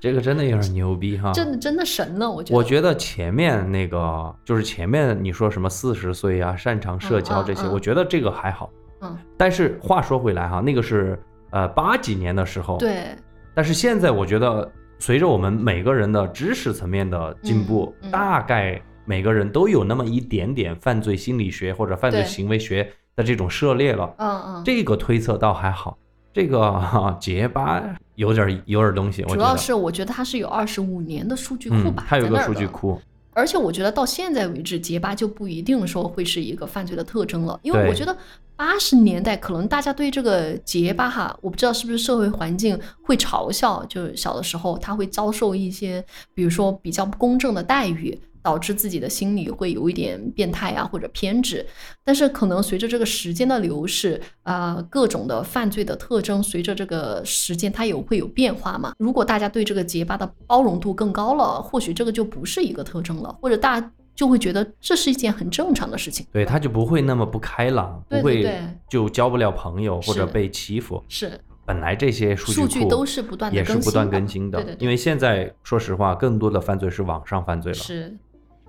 这个真的有点牛逼哈。真的真的神了，我觉啊得。我觉得前面那个就是前面你说什么四十岁啊，擅长社交嗯嗯这些，嗯我觉得这个还好。嗯，但是话说回来哈，那个是呃八几年的时候，。对，但是现在我觉得，随着我们每个人的知识层面的进步，嗯嗯大概每个人都有那么一点点犯罪心理学或者犯罪对行为学的这种涉猎了。嗯嗯，这个推测倒还好，这个哈结巴有点有点东西，我主觉要得。是我觉得他是有二十五年的数据库嗯吧，，它有在个那儿数据的库，而且我觉得到现在为止，结巴就不一定说会是一个犯罪的特征了，因为对我觉得八十年代可能大家对这个结巴哈，我不知道是不是社会环境会嘲笑，就是小的时候他会遭受一些，比如说比较不公正的待遇。导致自己的心理会有一点变态啊，或者偏执，但是可能随着这个时间的流逝，啊、各种的犯罪的特征随着这个时间它有会有变化嘛。如果大家对这个结巴的包容度更高了，或许这个就不是一个特征了，或者大家就会觉得这是一件很正常的事情。对，他就不会那么不开朗，对不对会对就交不了朋友或者是被欺负。是本来这些数数据库都是不断地也是更不断新的更新的，对对对因为现在说实话，更多的犯罪是网上犯罪了。是，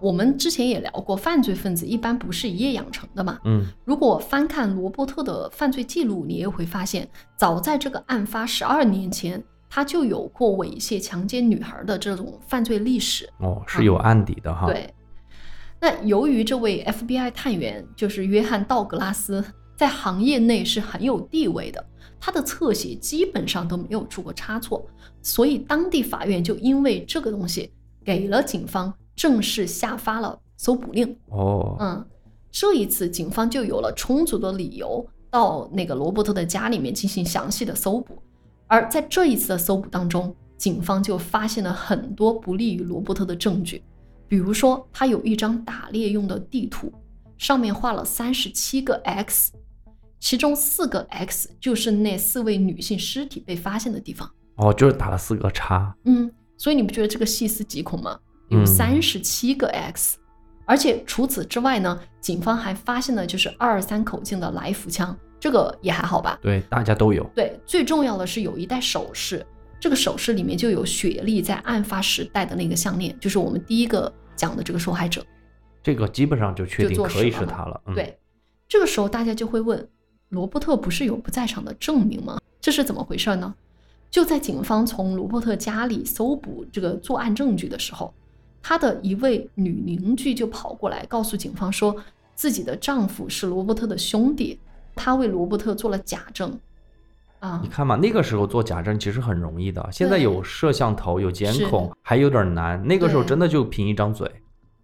我们之前也聊过，犯罪分子一般不是一夜养成的嘛。嗯，如果翻看罗伯特的犯罪记录，你也会发现，早在这个案发十二年前，他就有过猥亵、强奸女孩的这种犯罪历史。哦，是有案底的哈。，嗯对，那由于这位 FBI 探员就是约翰·道格拉斯，在行业内是很有地位的，他的侧写基本上都没有出过差错，所以当地法院就因为这个东西给了警方正式下发了搜捕令。哦，嗯，这一次警方就有了充足的理由到那个罗伯特的家里面进行详细的搜捕，而在这一次的搜捕当中，警方就发现了很多不利于罗伯特的证据，比如说他有一张打猎用的地图，上面画了三十七个 X，其中四个 X 就是那四位女性尸体被发现的地方。哦，就是打了四个叉。嗯，所以你不觉得这个细思极恐吗？嗯有三十七个 X，、而且除此之外呢，警方还发现了就是二三口径的来福枪，这个也还好吧。对，大家都有。对，最重要的是有一袋首饰，这个首饰里面就有雪莉在案发时戴的那个项链，就是我们第一个讲的这个受害者。这个基本上就确就定坐可以实是了他了。嗯、，对，这个时候大家就会问，罗伯特不是有不在场的证明吗？这是怎么回事呢？就在警方从罗伯特家里搜捕这个作案证据的时候，她的一位女邻居就跑过来告诉警方说，自己的丈夫是罗伯特的兄弟，她为罗伯特做了假证。啊你，看嘛，那个时候做假证其实很容易的，现在对有摄像头、有监是控，还有点难。那个时候对真的就凭一张嘴。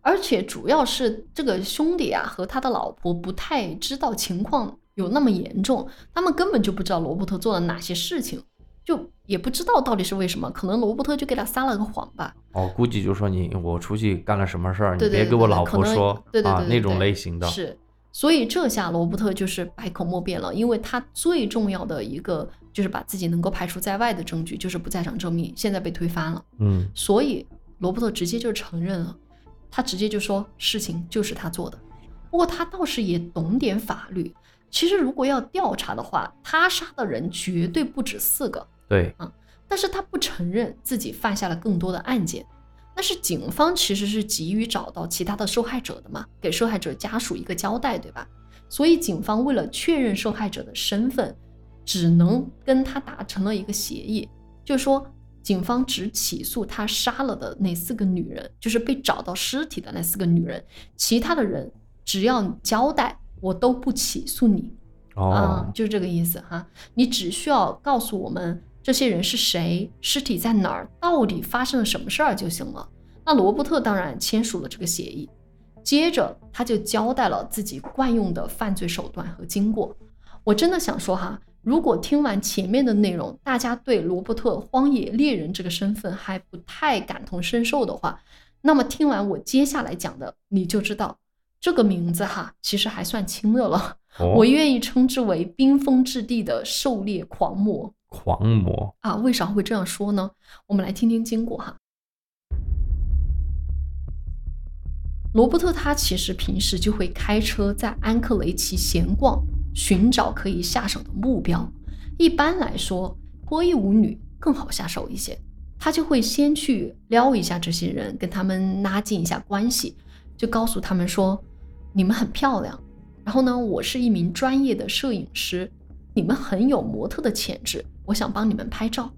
而且主要是这个兄弟啊和他的老婆不太知道情况有那么严重，他们根本就不知道罗伯特做了哪些事情，就也不知道到底是为什么，可能罗伯特就给他撒了个谎吧。哦，估计就说你我出去干了什么事儿，对你对别对给我对老可婆能说对对啊对，对那种对类型的。是，所以这下罗伯特就是百口莫辩了，因为他最重要的一个就是把自己能够排除在外的证据，就是不在场证明，现在被推翻了，嗯，所以罗伯特直接就承认了，他直接就说事情就是他做的。不过他倒是也懂点法律，其实如果要调查的话，他杀的人绝对不止四个，对，但是他不承认自己犯下了更多的案件。但是警方其实是急于找到其他的受害者的嘛，给受害者家属一个交代，对吧？所以警方为了确认受害者的身份，只能跟他达成了一个协议，就是说警方只起诉他杀了的那四个女人，就是被找到尸体的那四个女人，其他的人只要你交代，我都不起诉你。啊、哦，就是这个意思哈。你只需要告诉我们这些人是谁，尸体在哪儿，到底发生了什么事儿就行了。那罗伯特当然签署了这个协议，接着他就交代了自己惯用的犯罪手段和经过。我真的想说哈，如果听完前面的内容，大家对罗伯特荒野猎人这个身份还不太感同身受的话，那么听完我接下来讲的，你就知道这个名字哈，其实还算亲热了。嗯我哦，愿意称之为冰封之地的狩猎狂魔狂魔，啊！为啥会这样说呢？我们来听听经过哈。罗伯特他其实平时就会开车在安克雷奇闲逛，寻找可以下手的目标。一般来说，脱衣舞女更好下手一些，他就会先去撩一下这些人，跟他们拉近一下关系，就告诉他们说：“你们很漂亮，然后呢，我是一名专业的摄影师，你们很有模特的潜质，我想帮你们拍照。”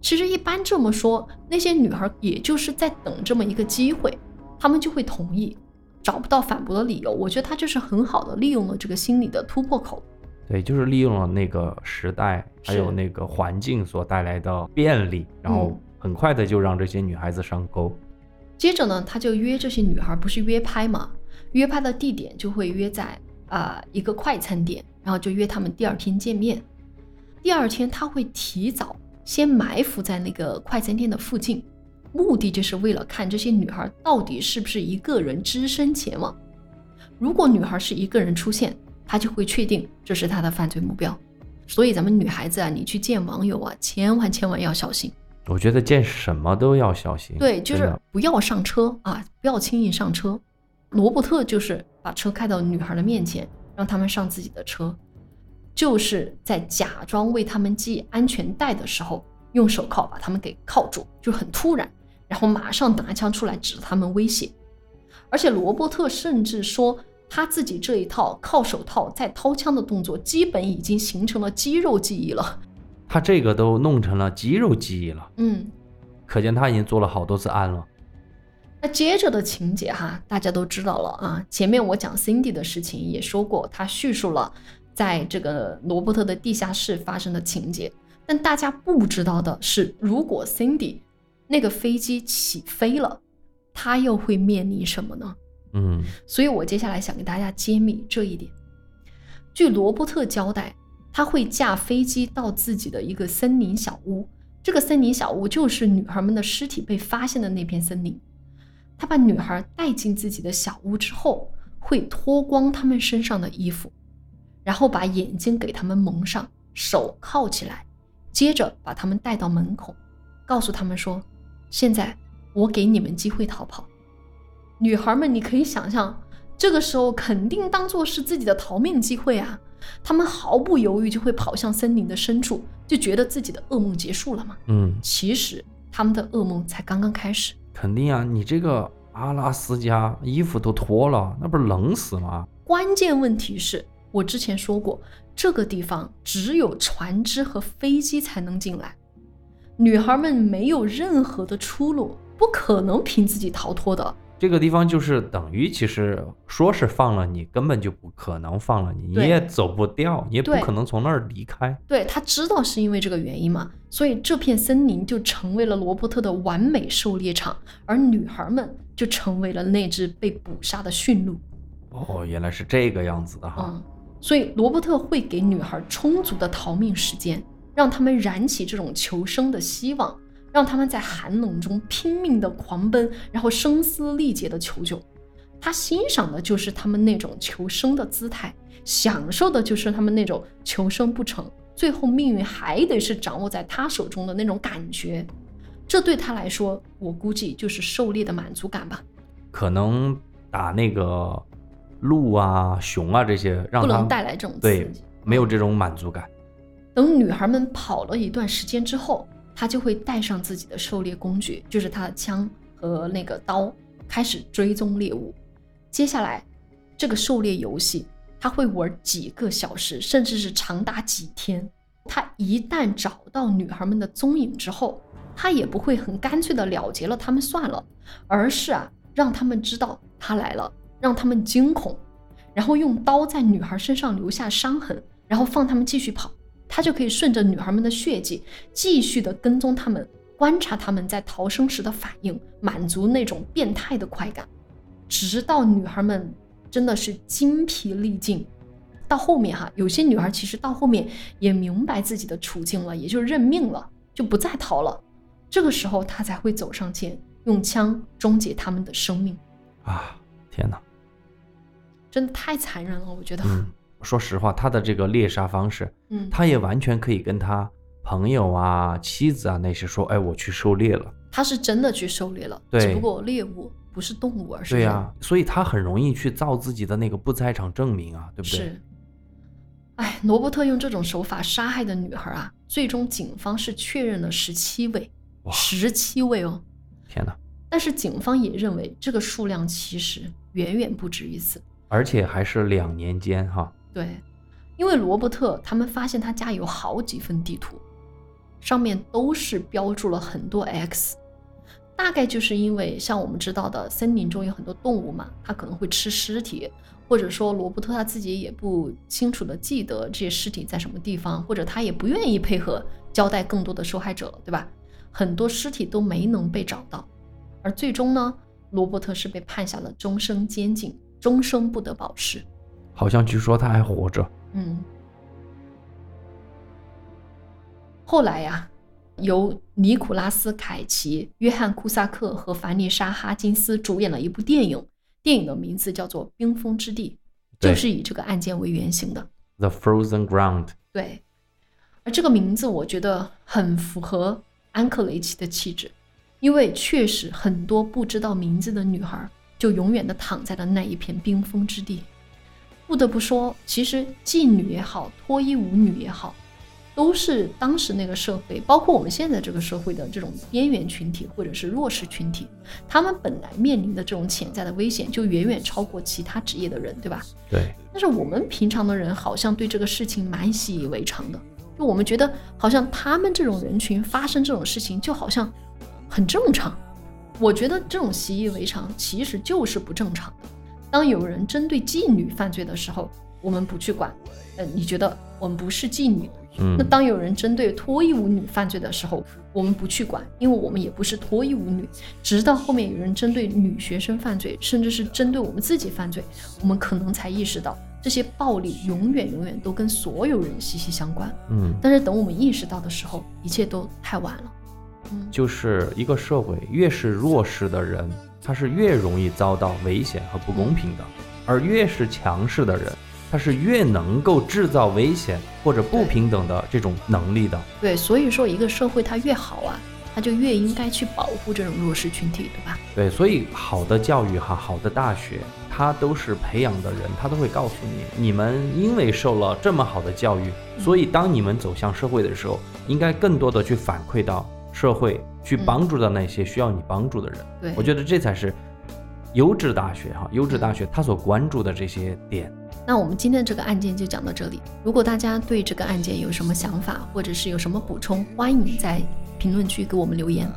其实一般这么说，那些女孩也就是在等这么一个机会，她们就会同意，找不到反驳的理由。我觉得他这是很好的利用了这个心理的突破口。对，就是利用了那个时代还有是那个环境所带来的便利，然后嗯很快的就让这些女孩子上钩。接着呢，他就约这些女孩，不是约拍嘛？约拍的地点就会约在啊、呃一个快餐店，然后就约他们第二天见面。第二天他会提早先埋伏在那个快餐店的附近，目的就是为了看这些女孩到底是不是一个人只身前往。如果女孩是一个人出现，他就会确定这是他的犯罪目标。所以咱们女孩子啊，你去见网友啊，千万千万要小心。我觉得见什么都要小心。对，就嗯真是的不要上车啊，不要轻易上车。罗伯特就是把车开到女孩的面前，让他们上自己的车，就是在假装为他们系安全带的时候，用手铐把他们给铐住，就很突然，然后马上拿枪出来指着他们威胁。而且罗伯特甚至说，他自己这一套铐手套再掏枪的动作，基本已经形成了肌肉记忆了。他这个都弄成了肌肉记忆了，嗯，可见他已经做了好多次案了。那接着的情节哈，大家都知道了啊。前面我讲 Cindy 的事情也说过，他叙述了在这个罗伯特的地下室发生的情节。但大家不知道的是，如果 Cindy 那个飞机起飞了，他又会面临什么呢？嗯，所以我接下来想给大家揭秘这一点。据罗伯特交代，他会驾飞机到自己的一个森林小屋，这个森林小屋就是女孩们的尸体被发现的那片森林。他把女孩带进自己的小屋之后，会脱光她们身上的衣服，然后把眼睛给她们蒙上，手铐起来，接着把她们带到门口，告诉她们说：“现在我给你们机会逃跑。”女孩们，你可以想象，这个时候肯定当做是自己的逃命机会啊！她们毫不犹豫就会跑向森林的深处，就觉得自己的噩梦结束了嘛。嗯，其实她们的噩梦才刚刚开始。肯定啊，你这个阿拉斯加衣服都脱了，那不是冷死吗？关键问题是我之前说过，这个地方只有船只和飞机才能进来，女孩们没有任何的出路，不可能凭自己逃脱的。这个地方就是等于，其实说是放了你，根本就不可能放了你，你对也走不掉，你也不对可能从那儿离开。对他知道是因为这个原因嘛，所以这片森林就成为了罗伯特的完美狩猎场，而女孩们就成为了那只被捕杀的驯鹿。哦，原来是这个样子的哈。嗯，所以罗伯特会给女孩充足的逃命时间，让他们燃起这种求生的希望，让他们在寒冷中拼命的狂奔，然后声嘶力竭的求救。他欣赏的就是他们那种求生的姿态，享受的就是他们那种求生不成，最后命运还得是掌握在他手中的那种感觉。这对他来说，我估计就是狩猎的满足感吧。可能打那个鹿啊、熊啊这些，让不他能带来这种刺对激。没有这种满足感。等女孩们跑了一段时间之后，他就会带上自己的狩猎工具，就是他的枪和那个刀，开始追踪猎物。接下来，这个狩猎游戏他会玩几个小时，甚至是长达几天。他一旦找到女孩们的踪影之后，他也不会很干脆的了结了他们算了，而是啊让他们知道他来了，让他们惊恐，然后用刀在女孩身上留下伤痕，然后放他们继续跑。他就可以顺着女孩们的血迹，继续的跟踪他们，观察他们在逃生时的反应，满足那种变态的快感，直到女孩们真的是精疲力尽。到后面哈，有些女孩其实到后面也明白自己的处境了，也就认命了，就不再逃了。这个时候，她才会走上前，用枪终结他们的生命。啊，天 哪！真的太残忍了，我觉得。嗯，说实话，他的这个猎杀方式，嗯，他也完全可以跟他朋友啊、妻子啊那些说，哎，我去狩猎了。她是真的去狩猎了，对只不过猎物不是动物，而是对呀、人所以他很容易去造自己的那个不在场证明啊，对不对？是。哎，罗伯特用这种手法杀害的女孩啊，最终警方是确认了十七位，哇十七位哦。天哪！但是警方也认为这个数量其实远远不止于此。而且还是两年间哈，对，因为罗伯特他们发现他家有好几份地图，上面都是标注了很多 X，大概就是因为像我们知道的，森林中有很多动物嘛，它可能会吃尸体，或者说罗伯特他自己也不清楚的记得这些尸体在什么地方，或者他也不愿意配合交代更多的受害者，对吧？很多尸体都没能被找到，而最终呢，罗伯特是被判下了终身监禁，终生不得保释。好像据说他还活着。嗯，后来呀、由尼古拉斯·凯奇、约翰·库萨克和凡妮莎·哈金斯主演了一部电影，电影的名字叫做《冰封之地》，对就是以这个案件为原型的。 The Frozen Ground，对，而这个名字我觉得很符合安克雷奇的气质，因为确实很多不知道名字的女孩就永远的躺在了那一片冰封之地。不得不说，其实妓女也好，脱衣舞女也好，都是当时那个社会，包括我们现在这个社会的这种边缘群体或者是弱势群体，他们本来面临的这种潜在的危险就远远超过其他职业的人，对吧？对，但是我们平常的人好像对这个事情蛮习以为常的，就我们觉得好像他们这种人群发生这种事情就好像很正常。我觉得这种习以为常其实就是不正常的。当有人针对妓女犯罪的时候，我们不去管，呃，你觉得我们不是妓女？嗯那，当有人针对脱衣舞女犯罪的时候，我们不去管，因为我们也不是脱衣舞女。直到后面有人针对女学生犯罪，甚至是针对我们自己犯罪，我们可能才意识到这些暴力永远永远都跟所有人息息相关。嗯，但是等我们意识到的时候，一切都太晚了。嗯，就是一个社会越是弱势的人，他是越容易遭到危险和不公平的，嗯而越是强势的人，他是越能够制造危险或者不平等的这种能力的。对，所以说一个社会它越好啊，它就越应该去保护这种弱势群体，对吧？对，所以好的教育哈，好的大学，它都是培养的人，他都会告诉你，你们因为受了这么好的教育，嗯所以当你们走向社会的时候，应该更多的去反馈到社会，去嗯帮助到那些需要你帮助的人。对，我觉得这才是优质大学哈，优质大学它所关注的这些点。那我们今天这个案件就讲到这里。如果大家对这个案件有什么想法，或者是有什么补充，欢迎在评论区给我们留言。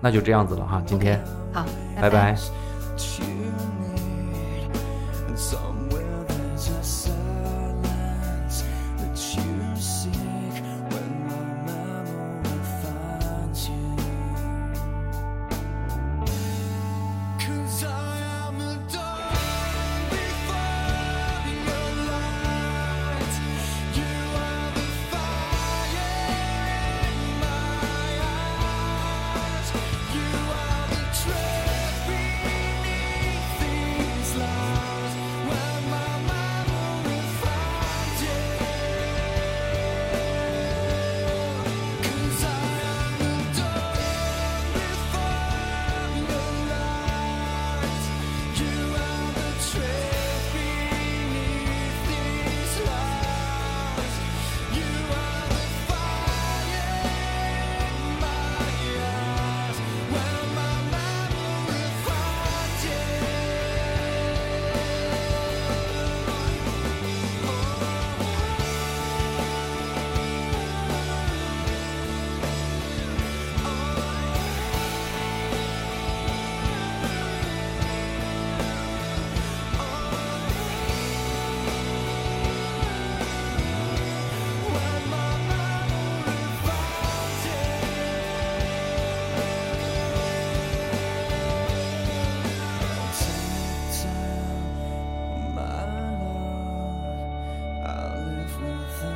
那就这样子了哈，今天好，拜拜拜 that you need. And somewhere there's a silence that you seek when my memory finds you. Cause I am a dawn before your light. You are the fire in my eyes. You are the truth beneath these lies. When my memory finds you. 'Cause I am the dawn before your light. You are the truth beneath these lies. You are the fire in my eyes. Well, my memory finds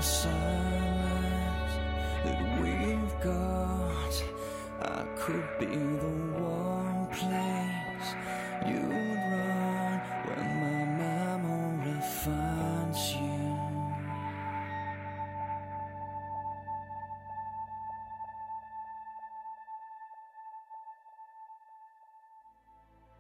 Silence that we've got, I could be the one.